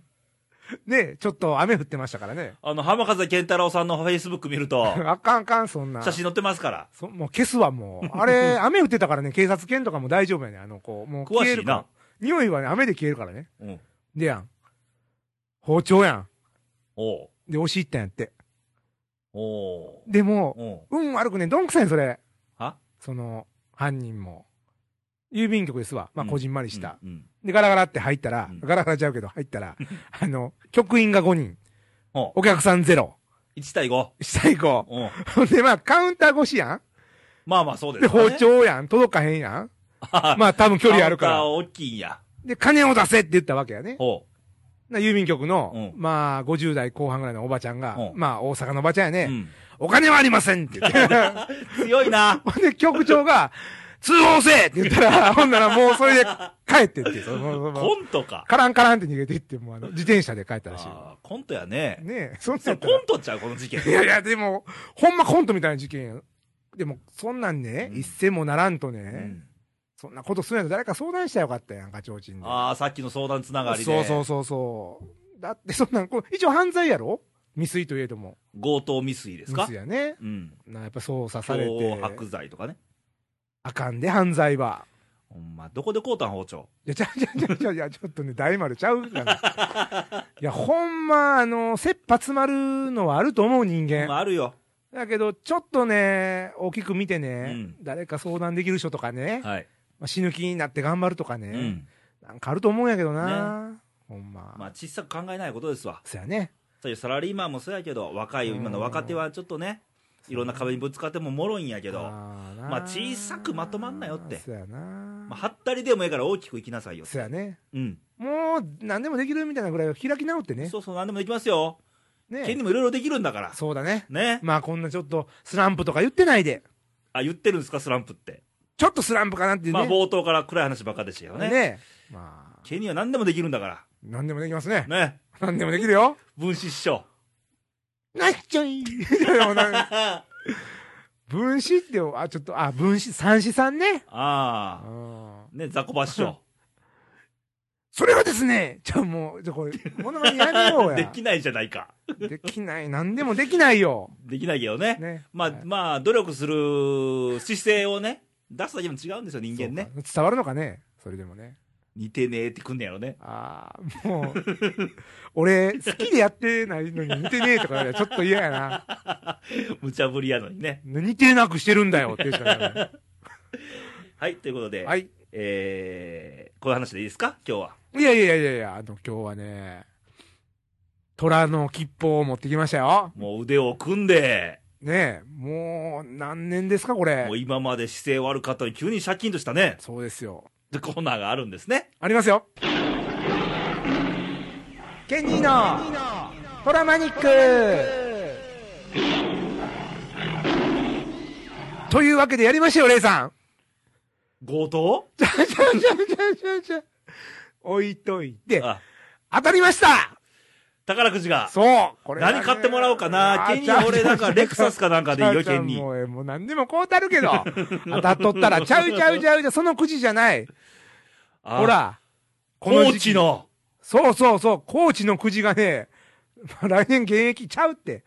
Speaker 2: ね、ちょっと雨降ってましたからね。
Speaker 1: あの、浜風健太郎さんのフェイスブック見ると、
Speaker 2: あかんあかん、そんな。
Speaker 1: 写真載ってますから。
Speaker 2: そもう消すわ、も
Speaker 1: [LAUGHS]
Speaker 2: う。あれ、雨降ってたからね、警察犬とかも大丈夫やね。あの子、もう消えるから
Speaker 1: 詳し
Speaker 2: 匂いはね、雨で消えるからね。
Speaker 1: うん。
Speaker 2: でやん。包丁や。
Speaker 1: おうん
Speaker 2: で、押し入ったんやって。
Speaker 1: おう
Speaker 2: でも、
Speaker 1: おう
Speaker 2: 運悪くね、どんくさいねそれ。
Speaker 1: は
Speaker 2: その、犯人も。郵便局ですわ。まあ、
Speaker 1: うん
Speaker 2: こじんまりした。
Speaker 1: うん。うん
Speaker 2: で、ガラガラって入ったら
Speaker 1: う、ん
Speaker 2: ガラガラちゃうけど入ったら、あの、局員が5人、
Speaker 1: おう
Speaker 2: お客さんゼロ、
Speaker 1: 1対5。
Speaker 2: 下行こ
Speaker 1: おう
Speaker 2: う。ほんで、まあ、カウンター越しやん。
Speaker 1: まあまあそうです
Speaker 2: で、
Speaker 1: よね。[LAUGHS]
Speaker 2: 包丁やん。届かへんやん。
Speaker 1: まあ、
Speaker 2: まあ、多分距離あるから。
Speaker 1: 大きいんや。
Speaker 2: で、金を出せって言ったわけやね。
Speaker 1: ほ
Speaker 2: な郵便局の、
Speaker 1: う
Speaker 2: まあ、50代後半ぐらいのおばちゃんが、
Speaker 1: うん
Speaker 2: まあ、大阪のおばちゃんや
Speaker 1: う。
Speaker 2: ね、
Speaker 1: うん
Speaker 2: お金はありませんって言
Speaker 1: [LAUGHS]
Speaker 2: って。
Speaker 1: 強
Speaker 2: [LAUGHS]
Speaker 1: いな。
Speaker 2: ほんで、局長が、通報せえって言った
Speaker 1: [LAUGHS]
Speaker 2: ら、ほんならもうそれで帰ってって、そのそのその
Speaker 1: コントか。
Speaker 2: カランカランって逃げていって、もうあの、自転車で帰ったらしい。
Speaker 1: あーコントやね。
Speaker 2: ねえ、そんなん
Speaker 1: そ
Speaker 2: や
Speaker 1: れ
Speaker 2: った
Speaker 1: コ
Speaker 2: ら
Speaker 1: ントちゃう、この事件。
Speaker 2: いやいや、でも、ほんまコントみたいな事件や。でも、そんなんね、
Speaker 1: うん
Speaker 2: 一銭もならんとね、
Speaker 1: うん
Speaker 2: そんなことするんやったら誰か相談したらよかったやんか、ちょうちんで。
Speaker 1: ああ、さっきの相談つながりで。
Speaker 2: そうそうそうそう。だって、そんなん、こう一応犯罪やろ未遂といえども。
Speaker 1: 強盗未遂です
Speaker 2: ミ
Speaker 1: か
Speaker 2: スやね。
Speaker 1: うん。
Speaker 2: なやっぱ操作され
Speaker 1: 脅
Speaker 2: て
Speaker 1: 迫。罪とかね。
Speaker 2: あかんで、犯罪は。
Speaker 1: ほんま、どこで買うたん包丁。
Speaker 2: いや、ちゃうちゃうちゃうちゃう、いや、ちょっとね、大丸ちゃうかな。
Speaker 1: [LAUGHS]
Speaker 2: いや、ほんま、あの、切羽詰まるのはあると思う人
Speaker 1: ま
Speaker 2: 間。
Speaker 1: あ、あるよ。
Speaker 2: だけど、ちょっとね、大きく見てね、
Speaker 1: うん
Speaker 2: 誰か相談できる人とかね、
Speaker 1: はい。
Speaker 2: まあ、死ぬ気になって頑張るとかね、
Speaker 1: うん。
Speaker 2: なんかあると思うんやけどな。ほんま。
Speaker 1: まあ、小さく考えないことですわ。
Speaker 2: そやね。
Speaker 1: そういうサラリーマンもそうやけど、若い、今の若手はちょっとね、いろんな壁にぶつかってももろいんやけど、ま
Speaker 2: あーな
Speaker 1: まあ小さくまとまんなよって
Speaker 2: そやな。
Speaker 1: あ、はったりでもええから大きくいきなさいよ。
Speaker 2: そやね。
Speaker 1: うん。
Speaker 2: もう、何でもできるみたいなぐらいは開き直ってね。
Speaker 1: そうそう、なんでもできますよ。
Speaker 2: ね
Speaker 1: 権利もいろいろできるんだから。
Speaker 2: そうだね。
Speaker 1: ね。
Speaker 2: まあこんなちょっとスランプとか言ってないで、
Speaker 1: あ、言ってるんですか、スランプって。
Speaker 2: ちょっとスランプかなっていう
Speaker 1: まあ、
Speaker 2: ね。
Speaker 1: 冒頭から暗い話ばっかでしたよね。
Speaker 2: ね。まあ、
Speaker 1: ケニーは何でもできるんだか
Speaker 2: 何でもできますね。
Speaker 1: ら。ね。
Speaker 2: 何でもできるよ。
Speaker 1: 分子師匠。
Speaker 2: なっちょい。でもな [LAUGHS] 分子って、あ、ちょっと、あ、分子、三子さんね。う
Speaker 1: ああ。
Speaker 2: ん
Speaker 1: ね、ザコバ師匠。
Speaker 2: それはですね、じゃあもう、じゃあこれ、ものまねやめようや。
Speaker 1: [LAUGHS] できないじゃないか。
Speaker 2: できない。何でもできないよ。
Speaker 1: できないけどね。
Speaker 2: ね。
Speaker 1: まあ、
Speaker 2: はい
Speaker 1: まあ、努力する姿勢をね、出すだけでも違うんですよ、人間ね。
Speaker 2: そうか伝わるのかねそれでもね。
Speaker 1: 似てねえってくんねやろね。
Speaker 2: ああ、もう、俺、好きでやってないのに似てねえとか言われたらちょっと嫌やな。
Speaker 1: 無茶ぶりやのにね。
Speaker 2: 似てなくしてるんだよっていうしかない
Speaker 1: [LAUGHS] はい、ということで、
Speaker 2: はい。
Speaker 1: えー、こういう話でいいですか今日は。
Speaker 2: いやいやいやいや、あの、今日はね、虎の吉報を持ってきましたよ。
Speaker 1: もう腕を組んで、
Speaker 2: ねえ、もう、何年ですか、これ
Speaker 1: もう。今まで姿勢悪かったのに急にシャキンとしたね、
Speaker 2: そうですよ。
Speaker 1: でコーナーがあるんですね。
Speaker 2: ありますよ。ケニーの、虎マニックというわけでやりましたよ、レイさん。
Speaker 1: 強盗
Speaker 2: じゃじゃじゃじゃじゃじゃ置いといて、
Speaker 1: あ、
Speaker 2: 当たりました
Speaker 1: 宝くじが。
Speaker 2: そうこれがね
Speaker 1: 何買ってもらおうかな
Speaker 2: あー
Speaker 1: ケニー
Speaker 2: ちゃう
Speaker 1: 俺なんかレクサスかなんかでいいよ
Speaker 2: ちゃうちゃう
Speaker 1: ケニー
Speaker 2: もうええもう何でもこうたる
Speaker 1: [LAUGHS]
Speaker 2: けど。当たっとったら、ちゃうちゃうちゃうちゃう、そのくじじゃない。
Speaker 1: あ
Speaker 2: ほ、ら。
Speaker 1: コーチ。の。
Speaker 2: そうそうそう、高知のくじがね、 [LAUGHS] まあ来年現役ちゃうって。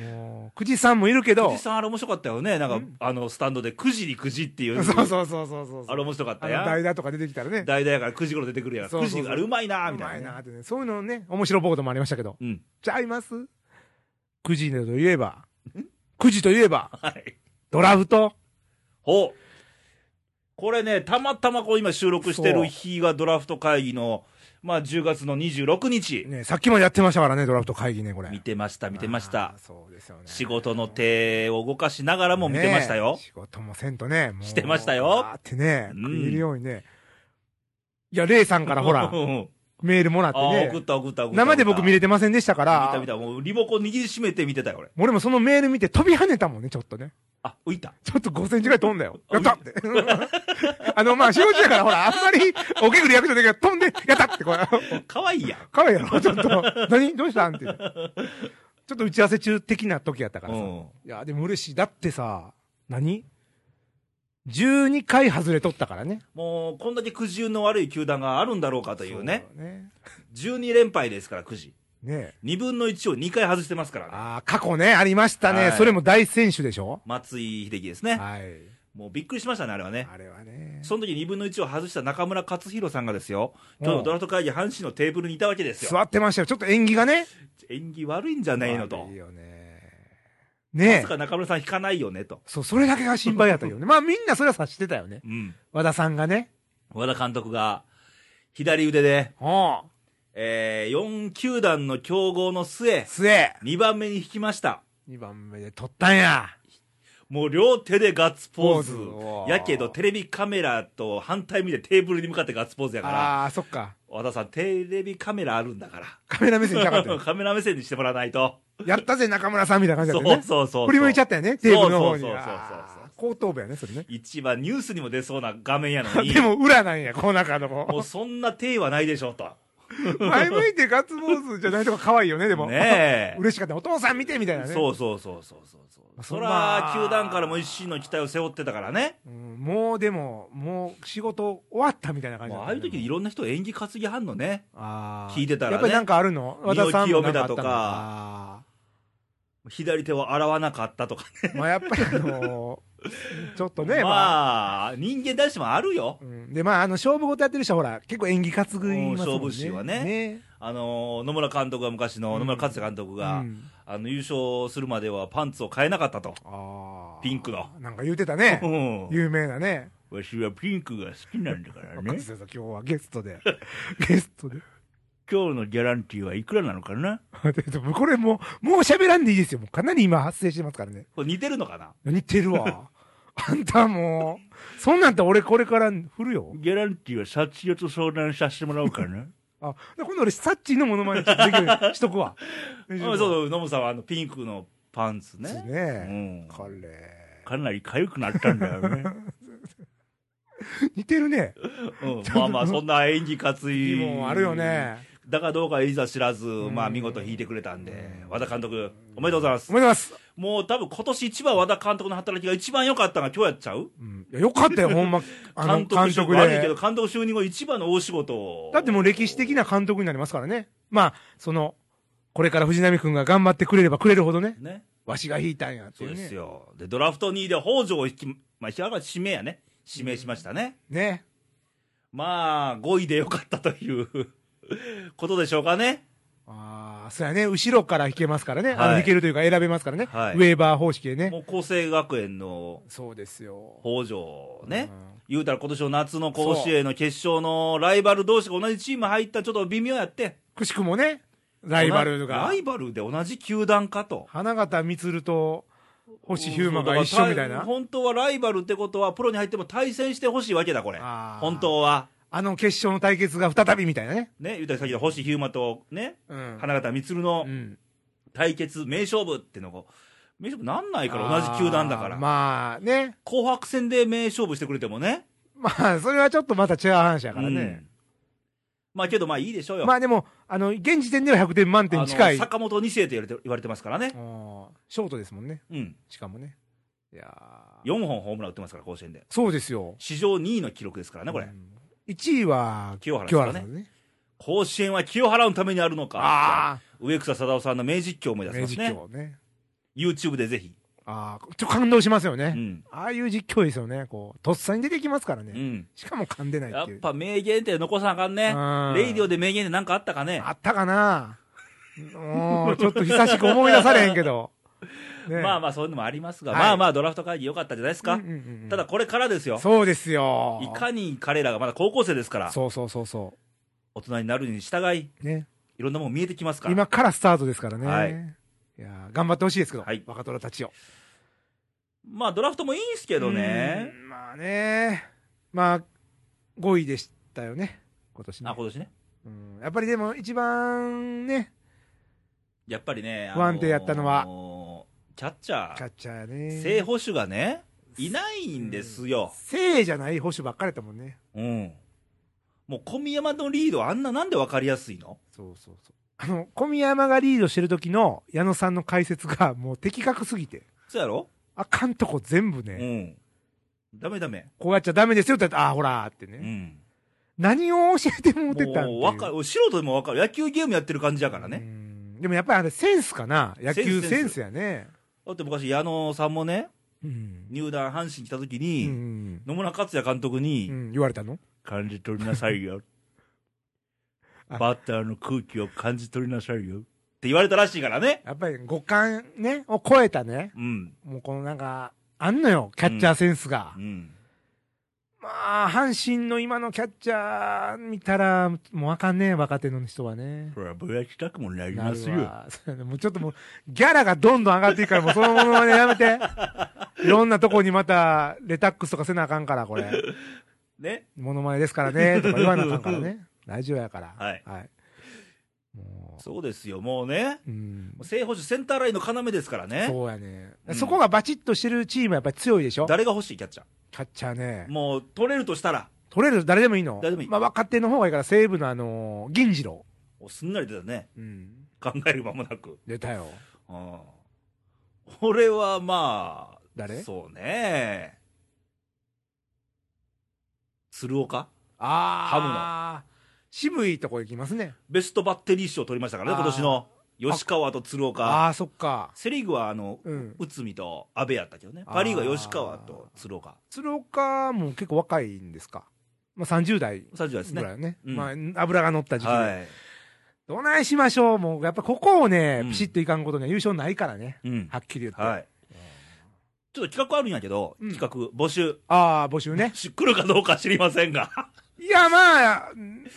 Speaker 2: もう、くじさんもいるけど
Speaker 1: 藤。さんあれ面白かったよね。なんか、あの、スタンドで9時に9時っていう。
Speaker 2: [LAUGHS] そうそうそうそうそう。
Speaker 1: あれ面白かった
Speaker 2: あの
Speaker 1: や
Speaker 2: 代
Speaker 1: ん。
Speaker 2: 打とか出てきたらね。
Speaker 1: 代々やから9時頃出てくるやん。
Speaker 2: そう
Speaker 1: 9
Speaker 2: そうそう
Speaker 1: 時あれうまいなー
Speaker 2: う
Speaker 1: みた
Speaker 2: ま
Speaker 1: い
Speaker 2: い
Speaker 1: なね。
Speaker 2: なってね。そういうのね、面白ボードもありましたけど。
Speaker 1: うん。
Speaker 2: ちゃいますくじといえば、くじといえば、
Speaker 1: はい。
Speaker 2: ドラフト。
Speaker 1: ほう。これね、たまたまこう今収録してる日がドラフト会議の、まあ10月の26日。
Speaker 2: ね、さっきまでやってましたからね、ドラフト会議ね、これ。
Speaker 1: 見てました、見てまし
Speaker 2: あ
Speaker 1: た
Speaker 2: ー。そうですよね。
Speaker 1: 仕事の手を動かしながらも見てましたよ
Speaker 2: ね。仕事もせんとね、もう
Speaker 1: してましたよ
Speaker 2: わーってね、
Speaker 1: うん
Speaker 2: 食えるようにね。いや、レイさんからほら
Speaker 1: [LAUGHS] う、ん
Speaker 2: メールもらっ
Speaker 1: あー
Speaker 2: て
Speaker 1: 送っ
Speaker 2: ね、
Speaker 1: た送った送った。
Speaker 2: 生で僕見れ
Speaker 1: て
Speaker 2: てませんでしたから、
Speaker 1: 見た見た、もうリモコン握りしめて見てたよ、俺。
Speaker 2: 俺もそのメール見て飛び跳ねたもんね、ちょっとね。
Speaker 1: あ、浮いた。
Speaker 2: ちょっと5センチぐらい飛ん
Speaker 1: [LAUGHS]
Speaker 2: だよ。やったって。 [LAUGHS] あの、まあ、仕事だからほら、あんまり、おけぐり役所で飛んで、やったって、これ。
Speaker 1: 可愛いやん。
Speaker 2: かわいいやろ、ちょっと。 [LAUGHS] 何どうしたんって。ちょっと打ち合わせ中的な時やったから
Speaker 1: う
Speaker 2: さ。
Speaker 1: ん。
Speaker 2: いや、でも嬉しい。だってさ、何 ?12 回外れとったからね。
Speaker 1: もう、こんだけ苦渋の悪い球団があるんだろうかというね。
Speaker 2: そうね。
Speaker 1: 12連敗ですから、くじ。
Speaker 2: ね
Speaker 1: 2分の1を2回外してますからね。
Speaker 2: ああ、過去ね、ありました
Speaker 1: は
Speaker 2: ね。
Speaker 1: い
Speaker 2: それも大選手でしょ
Speaker 1: 松井秀喜ですね。
Speaker 2: はい。
Speaker 1: もうびっくりしましたね、あれはね。
Speaker 2: あれはね。
Speaker 1: その時2分の1を外した中村勝弘さんがですよ、
Speaker 2: うん
Speaker 1: 今日のドラフト会議、阪神のテーブルにいたわけですよ。
Speaker 2: 座ってましたよ。ちょっと縁起がね。
Speaker 1: 演技悪いんじゃないのと
Speaker 2: いい。よね。
Speaker 1: ま
Speaker 2: ね
Speaker 1: さか中村さん引かないよねと。
Speaker 2: そう、それだけが心配やった
Speaker 1: [LAUGHS]
Speaker 2: よね。まあみんなそれは察してたよね。
Speaker 1: うん。
Speaker 2: 和田さんがね。
Speaker 1: 和田監督が、左腕で、
Speaker 2: お
Speaker 1: えー、4球団の競合の末、
Speaker 2: 末。
Speaker 1: 2番目に引きました。
Speaker 2: 2番目で取ったんや。
Speaker 1: もう両手でガッツポーズ
Speaker 2: ポー。ズ
Speaker 1: やけど、テレビカメラと反対見てテーブルに向かってガッツポーズやから、
Speaker 2: ああー、そっか。
Speaker 1: 和田さん、テレビカメラあるんだから。
Speaker 2: カメラ目線なか
Speaker 1: [LAUGHS]
Speaker 2: ったよ
Speaker 1: カメラ目線にしてもらわないと。
Speaker 2: やったぜ、中村さんみたいな感じ
Speaker 1: そ
Speaker 2: だっ
Speaker 1: う
Speaker 2: たよね。
Speaker 1: そうそう。
Speaker 2: 振り向いちゃったよね、テーブルの方に。
Speaker 1: そうそうそうそう
Speaker 2: あー後頭部やね、それね。
Speaker 1: 一番ニュースにも出そうな画面やのに
Speaker 2: で、も裏なんや、この中
Speaker 1: [LAUGHS]
Speaker 2: の
Speaker 1: もう
Speaker 2: 子。
Speaker 1: そんな手はないでしょうと。
Speaker 2: 前向いてガッツポーズじゃないとか可愛いよね、でも。
Speaker 1: ねえ。
Speaker 2: [LAUGHS] 嬉しかった。お父さん見てみたいなね。
Speaker 1: そうそうそうそうそうそう。
Speaker 2: そ
Speaker 1: そ
Speaker 2: んな
Speaker 1: ら、球団からも一心の期待を背負ってたからね。
Speaker 2: うんもうでも、もう仕事終わったみたいな感じ
Speaker 1: もうあ
Speaker 2: だっ
Speaker 1: あ
Speaker 2: た
Speaker 1: い
Speaker 2: ね
Speaker 1: う時いろんな人演技担ぎはんのね。
Speaker 2: あー
Speaker 1: 聞いてたらね
Speaker 2: やっぱりなんかあるの和田さんもなんかあっ
Speaker 1: 清めだ
Speaker 2: たの
Speaker 1: とか
Speaker 2: あ
Speaker 1: 左手を洗わなかったとかね。
Speaker 2: ーまあやっぱりあのーちょっとね、まあ。
Speaker 1: まあ、人間男子もあるよ。
Speaker 2: うんで、まあ、あの、勝負事やってる人はほら、結構演技担ぐいますもんね。
Speaker 1: うん勝負師はねあのー野村監督が昔の野村克也監督
Speaker 2: う
Speaker 1: が、
Speaker 2: ん
Speaker 1: あの優勝するまではパンツを変えなかった
Speaker 2: [LAUGHS]
Speaker 1: と。
Speaker 2: あー
Speaker 1: ピンクの。
Speaker 2: なんか言うてたね
Speaker 1: う。 [LAUGHS] ん
Speaker 2: 有名なね。
Speaker 1: わしはピンクが好きなんだから
Speaker 2: 若
Speaker 1: ね
Speaker 2: 瀬。さん、今日はゲストで。 [LAUGHS] ゲストで。
Speaker 1: 今日のギャランティーはいくらなのかな
Speaker 2: でもこれもう、もう喋らんでいいですよ。もうかなり今発生してますからね。
Speaker 1: これ似てるのかな
Speaker 2: 似てるわ。 [LAUGHS] あんたもう、そんなんて俺これから振るよ。
Speaker 1: ギャランティーは社長と相談させてもらおうか
Speaker 2: [LAUGHS]
Speaker 1: な。
Speaker 2: あ、今度俺、サッチーのものまねできるようにしとく
Speaker 1: [LAUGHS]
Speaker 2: わ。
Speaker 1: あそうそう、ノムさんはあのピンクのパンツ
Speaker 2: です
Speaker 1: ね。うん
Speaker 2: ね。これ。
Speaker 1: かなり痒くなったんだよ
Speaker 2: [LAUGHS]
Speaker 1: ね。
Speaker 2: 似てるね。
Speaker 1: うん、まあまあ、そんな演技
Speaker 2: [LAUGHS]
Speaker 1: 担
Speaker 2: 疑
Speaker 1: い。
Speaker 2: 問あるよ。ね。
Speaker 1: だからどうかいざ知らず、まあ
Speaker 2: うん
Speaker 1: 見事引いてくれたんで、和田監督、おめでとうございます
Speaker 2: お。めでとうございます。
Speaker 1: もう多分今年一番和田監督の働きが一番良かったのが今日やっちゃう
Speaker 2: うん。いやよかったよ、ほんま。あの、
Speaker 1: 監督
Speaker 2: 監
Speaker 1: 就
Speaker 2: 督
Speaker 1: 悪いけ
Speaker 2: で
Speaker 1: ど、。監督就任後一番の大仕事を。
Speaker 2: だってもう歴史的な監督になりますからね。まあ、その、これから藤波くんが頑張ってくれればくれるほどね、
Speaker 1: ね。
Speaker 2: わしが引いたんやって
Speaker 1: そ
Speaker 2: いうう
Speaker 1: です
Speaker 2: ね。
Speaker 1: よ。で、ドラフト2位で北条を引き、まあ、ひらが指名やね。指名しましたね。
Speaker 2: ね。
Speaker 1: まあ、5位でよかったという [LAUGHS] ことでしょうかね。
Speaker 2: ああ、そうやね。後ろから引けますからね。あ
Speaker 1: は
Speaker 2: の
Speaker 1: い
Speaker 2: 引けるというか選べますからね。
Speaker 1: はい
Speaker 2: ウェーバー方式でね。
Speaker 1: もう、厚生学園の
Speaker 2: そうですよ。
Speaker 1: 北条ね
Speaker 2: う。ん
Speaker 1: 言うたら今年の夏の甲子園の決勝のライバル同士が同じチーム入ったちょっと微妙やって。
Speaker 2: くしくもね、ライバルが
Speaker 1: ラ、イバルで同じ球団かと。
Speaker 2: 花形満と星飛雄馬が一緒みたいな。
Speaker 1: 本当はライバルってことは、プロに入っても対戦してほしいわけだ、これ。
Speaker 2: あー
Speaker 1: 本当は。
Speaker 2: あの決勝の対決が再びみたいなね。
Speaker 1: ね、言うたらさっきの星飛雄馬とね、
Speaker 2: うん。
Speaker 1: 花形満の
Speaker 2: うん
Speaker 1: 対決、名勝負ってのが、名勝負なんないから、同じ球団だから。
Speaker 2: あーまあね。
Speaker 1: 紅白戦で名勝負してくれてもね。
Speaker 2: まあ、それはちょっとまた違う話やから
Speaker 1: う
Speaker 2: ね
Speaker 1: ん。まあけど、まあいいでしょうよ。
Speaker 2: まあでも、あの、現時点では100点満点に近
Speaker 1: あの
Speaker 2: い。
Speaker 1: 坂本二世と言われて言われてますからね。
Speaker 2: うんショートですもんね。
Speaker 1: うん。
Speaker 2: しかもね。いやー
Speaker 1: 4本ホームラン打ってますから、甲子園で。
Speaker 2: そうですよ。
Speaker 1: 史上2位の記録ですからね、これ。
Speaker 2: うん1位は、
Speaker 1: 清原
Speaker 2: 清
Speaker 1: さん
Speaker 2: 原さ
Speaker 1: ね。
Speaker 2: んね。
Speaker 1: 甲子園は清原のためにあるのか。
Speaker 2: あ
Speaker 1: 上草貞夫さんの名実況を思い
Speaker 2: あ、
Speaker 1: 出し
Speaker 2: 名
Speaker 1: ます
Speaker 2: 実
Speaker 1: ね。
Speaker 2: 況ね。
Speaker 1: YouTube でぜひ。
Speaker 2: ああ、ちょっと感動しますよ
Speaker 1: う
Speaker 2: ね。
Speaker 1: ん。
Speaker 2: ああいう実況ですよね。こう、とっさに出てきますから
Speaker 1: う
Speaker 2: ね。
Speaker 1: ん。
Speaker 2: しかも噛んでない
Speaker 1: や
Speaker 2: っ
Speaker 1: って
Speaker 2: いう。
Speaker 1: ぱ名言って残さなあかんね。
Speaker 2: うん
Speaker 1: レイディオで名言って何かあったかね。
Speaker 2: あったかなもう、ちょっと久しく思い出されへんけど。
Speaker 1: [LAUGHS]
Speaker 2: ね
Speaker 1: まあまあそういうのもありますが、
Speaker 2: はい
Speaker 1: まあまあドラフト会議良かったんじゃないですか、
Speaker 2: うんうんうんうん
Speaker 1: ただこれからですよ
Speaker 2: そうですよ
Speaker 1: いかに彼らがまだ高校生ですから
Speaker 2: そうそうそうそ
Speaker 1: 大人になるに従いう
Speaker 2: ね
Speaker 1: いろんなもの見えてきますから
Speaker 2: 今からスタートですからね、
Speaker 1: はい
Speaker 2: い、やー頑張ってほしいですけど、
Speaker 1: はい
Speaker 2: 若虎たちを
Speaker 1: まあドラフトもいいんすけどね
Speaker 2: うんまあねまあ5位でしたよね今年ね
Speaker 1: あ今年ね
Speaker 2: うん、やっぱりでも一番ね
Speaker 1: やっぱりね
Speaker 2: 不安定やったのは
Speaker 1: あのーキャッチャ
Speaker 2: キャ
Speaker 1: ー
Speaker 2: ッチャーやね
Speaker 1: 正捕手がねいないんですよ、
Speaker 2: 正じゃない捕手ばっかりやったもんね
Speaker 1: うん、もう小宮山のリードあんななんで分かりやすいの
Speaker 2: そうそうそうあの小宮山がリードしてる時の矢野さんの解説がもう的確すぎて
Speaker 1: そうやろ、
Speaker 2: あかんとこ全部ね、
Speaker 1: うんダメダメ
Speaker 2: こうやっちゃダメですよって言ったらああーほらーってね、
Speaker 1: うん
Speaker 2: 何を教えても
Speaker 1: も
Speaker 2: うてたんっていう
Speaker 1: うわかる素人でも分かる野球ゲームやってる感じやから
Speaker 2: う
Speaker 1: ね、
Speaker 2: んでもやっぱりあれセンスかな野球センスやね
Speaker 1: だって昔矢野さんもね
Speaker 2: うん、
Speaker 1: 入団阪神来た時
Speaker 2: う
Speaker 1: に、
Speaker 2: ん
Speaker 1: 野村克也監督に、
Speaker 2: うん、言われたの
Speaker 1: 感じ取りなさいよ
Speaker 2: [LAUGHS] あ
Speaker 1: バッターの空気を感じ取りなさいよって言われたらしいからね
Speaker 2: やっぱり五感ねを超えたね
Speaker 1: うん
Speaker 2: もうこのなんかあんのよキャッチャーセンスが、
Speaker 1: うん
Speaker 2: まあ阪神の今のキャッチャー見たらもうあかんね若手の人はね
Speaker 1: それはぼやきたくもなり
Speaker 2: な
Speaker 1: ま
Speaker 2: る
Speaker 1: すよ
Speaker 2: わ [LAUGHS] そうやねもうちょっともうギャラがどんどん上がっていくからもうそのものまねやめ
Speaker 1: [LAUGHS]
Speaker 2: ていろんなとこにまたレタックスとかせなあかんからこれ
Speaker 1: ね
Speaker 2: モノマネですからねとか言わなあかんから
Speaker 1: [LAUGHS]
Speaker 2: ねラジオやから
Speaker 1: はい
Speaker 2: も
Speaker 1: そうですよもうね
Speaker 2: ううん
Speaker 1: 正捕手センターラインの要ですからね
Speaker 2: そうやね、
Speaker 1: うん
Speaker 2: そこがバチッとしてるチームはやっぱり強いでしょ
Speaker 1: 誰が欲しいキャッチャ
Speaker 2: キャッチャーね
Speaker 1: ーもう取れるとしたら
Speaker 2: 取れる誰でもいいの
Speaker 1: 誰でもいい
Speaker 2: まあ、若手の方がいいから西武のあのー銀次郎
Speaker 1: おすんなり出たね
Speaker 2: うん
Speaker 1: 考える間もなく
Speaker 2: 出たよ
Speaker 1: うん俺はまあ
Speaker 2: 誰
Speaker 1: そうね鶴岡
Speaker 2: ああ渋いとこ行きますね
Speaker 1: ベストバッテリー賞を取りましたからね
Speaker 2: あー
Speaker 1: 今年の吉川と鶴岡
Speaker 2: ああーそっか
Speaker 1: セ・リーグはあの、
Speaker 2: うん
Speaker 1: 内海と阿部やったけどね
Speaker 2: あー
Speaker 1: パ・リーグは吉川と鶴岡
Speaker 2: 鶴岡も結構若いんですか、まあ、30代
Speaker 1: 30代です
Speaker 2: ぐら
Speaker 1: ね
Speaker 2: いよね
Speaker 1: うん
Speaker 2: まあ、油が乗った時期で、
Speaker 1: は
Speaker 2: どないしましょうもうやっぱここをね、
Speaker 1: うん
Speaker 2: ピシッといかんことには優勝ないからね
Speaker 1: い、うん
Speaker 2: はっきり言って、
Speaker 1: はい、ちょっと企画あるんやけど、
Speaker 2: うん
Speaker 1: 企画募集
Speaker 2: ああ募集ね
Speaker 1: し来るかどうか知りませんが
Speaker 2: いやまあ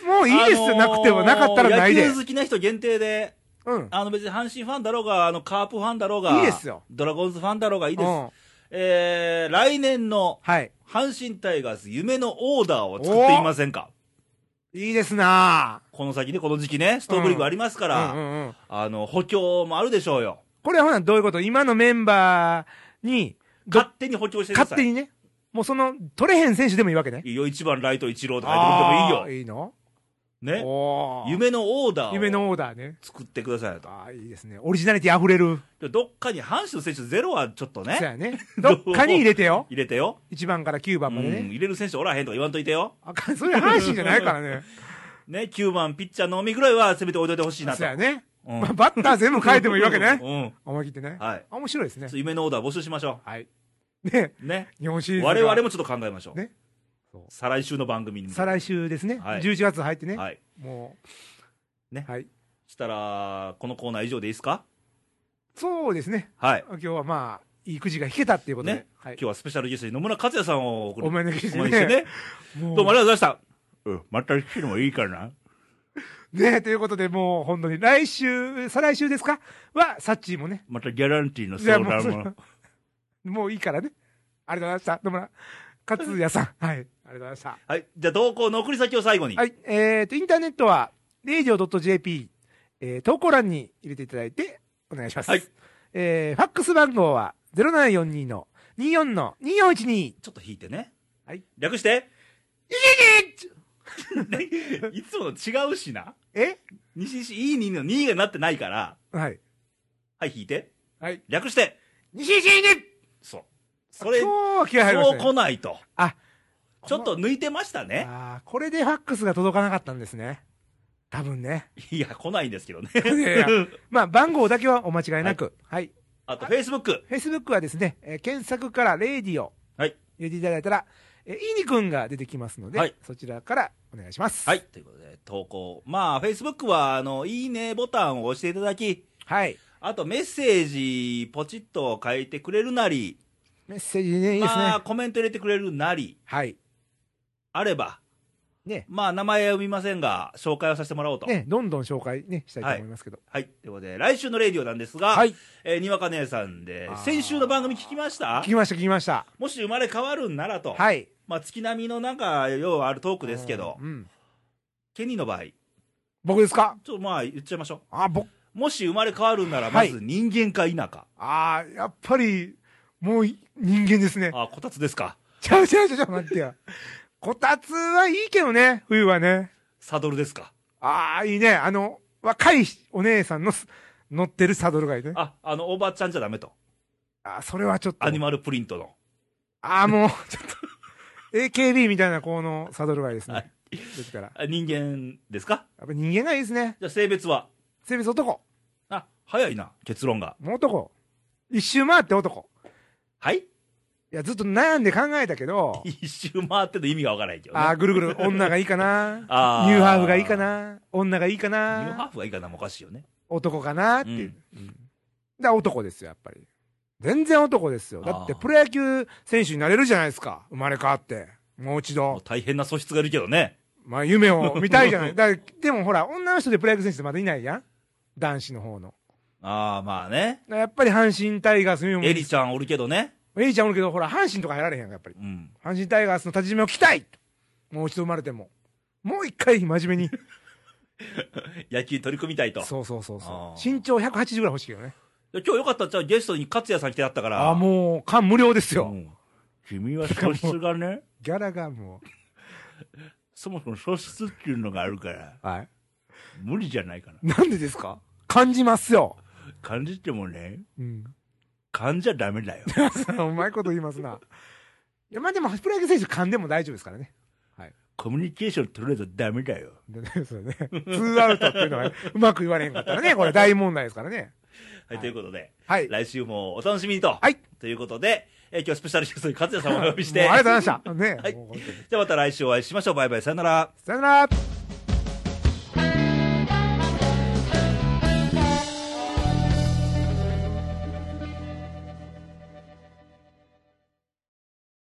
Speaker 2: も [LAUGHS] ういいですよ、なくてもなかったらない
Speaker 1: あ
Speaker 2: で
Speaker 1: のー野球好きな人限定で
Speaker 2: うん
Speaker 1: あの別に阪神ファンだろうがあのカープファンだろうが
Speaker 2: いいですよ
Speaker 1: ドラゴンズファンだろうがいいです、
Speaker 2: うん
Speaker 1: えー、来年の
Speaker 2: はい
Speaker 1: 阪神タイガース夢のオーダーを作ってみませんか
Speaker 2: いいですな
Speaker 1: この先ね、この時期ね、ストーブリーグありますか
Speaker 2: あ
Speaker 1: ら、
Speaker 2: うんうんうん、
Speaker 1: あの、補強もあるでしょうよ。
Speaker 2: これはほなどういうこと今のメンバーにど
Speaker 1: 勝手に補強してくださ
Speaker 2: 勝
Speaker 1: い。
Speaker 2: 手にねもうその取れへん選手でもいいわけね
Speaker 1: いいよ、1番ライト一郎とか
Speaker 2: あ
Speaker 1: 入ってくれても
Speaker 2: ー
Speaker 1: いいよ。
Speaker 2: いいの
Speaker 1: ね。
Speaker 2: おー
Speaker 1: 夢のオーダ
Speaker 2: 夢
Speaker 1: ーを
Speaker 2: のオーダーね
Speaker 1: 作ってくださいよと。
Speaker 2: ああいいですねオリジナリティ溢れる
Speaker 1: でどっかに阪神の選手ゼロはちょっと
Speaker 2: そう
Speaker 1: ね、
Speaker 2: やねどっかに入れてよ
Speaker 1: 入れてよ。
Speaker 2: 1番から9
Speaker 1: う
Speaker 2: 番
Speaker 1: ん
Speaker 2: までね、
Speaker 1: 入れる選手おらへんとか言わんといてよ。
Speaker 2: あかんそれ阪神じゃないからね
Speaker 1: [LAUGHS] ね、9番ピッチャーのみぐらいはせめて置いといてほしいな
Speaker 2: そ
Speaker 1: と
Speaker 2: う。やね、
Speaker 1: うん
Speaker 2: まあ、バッター全部変えてもいいわけね
Speaker 1: う
Speaker 2: 思い切ってね
Speaker 1: ん。はい。
Speaker 2: あ面白いですね
Speaker 1: そう夢のオーダー募集しましょ
Speaker 2: はいね
Speaker 1: う。ね。
Speaker 2: 日本シリーズが
Speaker 1: 我々もちょっと考えましょう。
Speaker 2: ねそう
Speaker 1: 再来週の番組に
Speaker 2: 再来週ですね、
Speaker 1: はい
Speaker 2: 11月入ってね、
Speaker 1: はい。
Speaker 2: もう、
Speaker 1: ね
Speaker 2: はい、
Speaker 1: したら、このコーナー以上でいいですか
Speaker 2: そうですね、
Speaker 1: はい。
Speaker 2: 今日はまあ、いいくじが引けたっていうことで、
Speaker 1: ね
Speaker 2: はい
Speaker 1: 今、日はスペシャルゲストに野村克也さんを送る。
Speaker 2: お前の記事
Speaker 1: お前
Speaker 2: ね
Speaker 1: にしてね。
Speaker 2: もう
Speaker 1: どうもありがとうございました。うん、また来てもいいからな。
Speaker 2: ねということで、もう本当に来週、再来週ですか、は、サッチーもね、
Speaker 1: またギャランティーの
Speaker 2: じゃあ
Speaker 1: 相
Speaker 2: もう
Speaker 1: 談
Speaker 2: それ
Speaker 1: も。
Speaker 2: もういいからね、ありがとうございました、野村克也さん、はい、ありがとうございました。
Speaker 1: はい。じゃあ、投稿の送り先を最後に。
Speaker 2: はい、えーと、インターネットは、radio.jp、えー投稿欄に入れていただいて、お願いします。
Speaker 1: はい
Speaker 2: えーファックス番号は、0742の24の2412。
Speaker 1: ちょっと引いてね。
Speaker 2: はい。
Speaker 1: 略して、 [LAUGHS] ねいつもの違うしな。
Speaker 2: え
Speaker 1: 西西いい2の2がなってないから。
Speaker 2: はい。
Speaker 1: はい、引いて。
Speaker 2: はい。
Speaker 1: 略して、
Speaker 2: 西新
Speaker 1: そう。それ、
Speaker 2: 今
Speaker 1: そ
Speaker 2: 日は気合入りま
Speaker 1: う
Speaker 2: した、
Speaker 1: 来
Speaker 2: ね。
Speaker 1: ないと。
Speaker 2: あ、
Speaker 1: ちょっと抜いてましたね。
Speaker 2: あーこれでファックスが届かなかったんですね。多分ね。
Speaker 1: いや、来ないんですけどね。
Speaker 2: いやいやまあ、番号だけはお間違いなく。はい。
Speaker 1: [LAUGHS] あと、Facebook。
Speaker 2: Facebook はですね、えー検索からレディオ
Speaker 1: はい。
Speaker 2: 入れていただいたら、えー、いにくんが出てきますので、
Speaker 1: はい
Speaker 2: そちらからお願いします。
Speaker 1: はい。。ということで、投稿。まあ、Facebook は、あの、いいねボタンを押していただき、
Speaker 2: はい。
Speaker 1: あとメッセージポチッと書いてくれるなり、
Speaker 2: メッセージね、いいですね。
Speaker 1: まあコメント入れてくれるなり、
Speaker 2: はい。
Speaker 1: あれば、
Speaker 2: ね。
Speaker 1: まあ名前は読みませんが、紹介をさせてもらおうと。
Speaker 2: ね、どんどん紹介ね、したいと思いますけど。
Speaker 1: はい。ということで、来週のレディオなんですが、
Speaker 2: はい。
Speaker 1: えーにわか姉さんで
Speaker 2: あ、ー
Speaker 1: 先週の番組聞きました
Speaker 2: 聞きました、聞きました。
Speaker 1: もし生まれ変わるんならと、
Speaker 2: はい。
Speaker 1: まあ月並みのなんか、ようあるトークですけど、
Speaker 2: うん。
Speaker 1: ケニーの場合、ち
Speaker 2: 僕ですか
Speaker 1: ょっとまあ言っちゃいましょ
Speaker 2: あ、僕、
Speaker 1: う。もし生まれ変わるんなら、ま
Speaker 2: はい
Speaker 1: ず人間か否か。
Speaker 2: あーやっぱり、もうい人間ですね。
Speaker 1: あ、こたつですか。
Speaker 2: ちゃうちゃうちゃうちゃう、待っ
Speaker 1: [LAUGHS]
Speaker 2: てよ。こたつはいいけどね、冬はね。
Speaker 1: サドルですか。
Speaker 2: ああ、いいね。あの、若いお姉さんのす乗ってるサドルがいいね。
Speaker 1: あ、あの、おばちゃんじゃダメと。
Speaker 2: あーそれはちょっと。
Speaker 1: アニマルプリントの。
Speaker 2: ああ、もう、ちょっと。AKB みたいな、このサドルがいいです
Speaker 1: は
Speaker 2: ね
Speaker 1: い。
Speaker 2: ですから。
Speaker 1: あ人間ですか
Speaker 2: やっぱ人間がいいですね。
Speaker 1: じゃあ性別は
Speaker 2: 性別男。
Speaker 1: あ、早いな、結論が。
Speaker 2: もう男。一周回って男。
Speaker 1: はい、
Speaker 2: いや、ずっと悩んで考えたけど
Speaker 1: 一周回っての意味がわからないけどね。
Speaker 2: ああ、ぐるぐる、女がいいかな。ニ
Speaker 1: [LAUGHS]
Speaker 2: ュー
Speaker 1: あー
Speaker 2: ハーフがいいかな。女がいいか
Speaker 1: ニューハ
Speaker 2: な。
Speaker 1: ーフがいいかなもおかしいよね。。
Speaker 2: 男かなっていううんうんだから男ですよ、やっぱり。全然男ですよ。だって
Speaker 1: あー
Speaker 2: プロ野球選手になれるじゃないですか。生まれ変わって。もう一
Speaker 1: もう
Speaker 2: 度。
Speaker 1: 大変な素質がいるけどね。
Speaker 2: まあ、夢を見たいじ
Speaker 1: [LAUGHS]
Speaker 2: ゃない。だからでもほら、女の人でプロ野球選手ってまだいないやん。男子の方の。
Speaker 1: ああ、まあね。
Speaker 2: だからやっぱり阪神タイガースにも。
Speaker 1: エリちゃんおるけどね。
Speaker 2: エリちゃんおるけど、ほら、阪神とか入られへんやんやっぱり。
Speaker 1: うん。
Speaker 2: 阪神タイガースの立ち締めを来たいもう一度生まれても。もう一回真面目に。
Speaker 1: 野球に取り組みたいと。
Speaker 2: そうそうそうそ
Speaker 1: あ
Speaker 2: う。
Speaker 1: ー
Speaker 2: 身長180ぐらい欲しいけどね。
Speaker 1: 今日よかったじゃあゲストに勝也さん来てあったから。
Speaker 2: ああ、もう、感無量ですよ。
Speaker 1: うん君は素質がね、
Speaker 2: ギャラがも
Speaker 1: そもそも素質っていうのがあるから、
Speaker 2: う。はい。
Speaker 1: 無理じゃないかな。
Speaker 2: なんでですか感じますよ。
Speaker 1: 感じてもね、
Speaker 2: うん。 [LAUGHS]
Speaker 1: 感じゃダメだよ。
Speaker 2: うまいこと言いますな。いや、まあでも、プロ野球選手噛んでも大丈夫ですからね。
Speaker 1: コミュニケーション取れるとダメだよ。
Speaker 2: でねそうね。ツーアウトっていうのが、うまく言われへんかったらね、これ大問題ですからね。
Speaker 1: はい、ということで、
Speaker 2: はい。
Speaker 1: 来週もお楽しみにと。
Speaker 2: はい。
Speaker 1: ということで、えー今日スペシャルゲストに勝也さんをお呼びして、
Speaker 2: もうありがとうございました。ね。
Speaker 1: はい
Speaker 2: もう本当に
Speaker 1: じゃあまた来週お会いしましょう。バイバイ、さよなら。
Speaker 2: さよなら。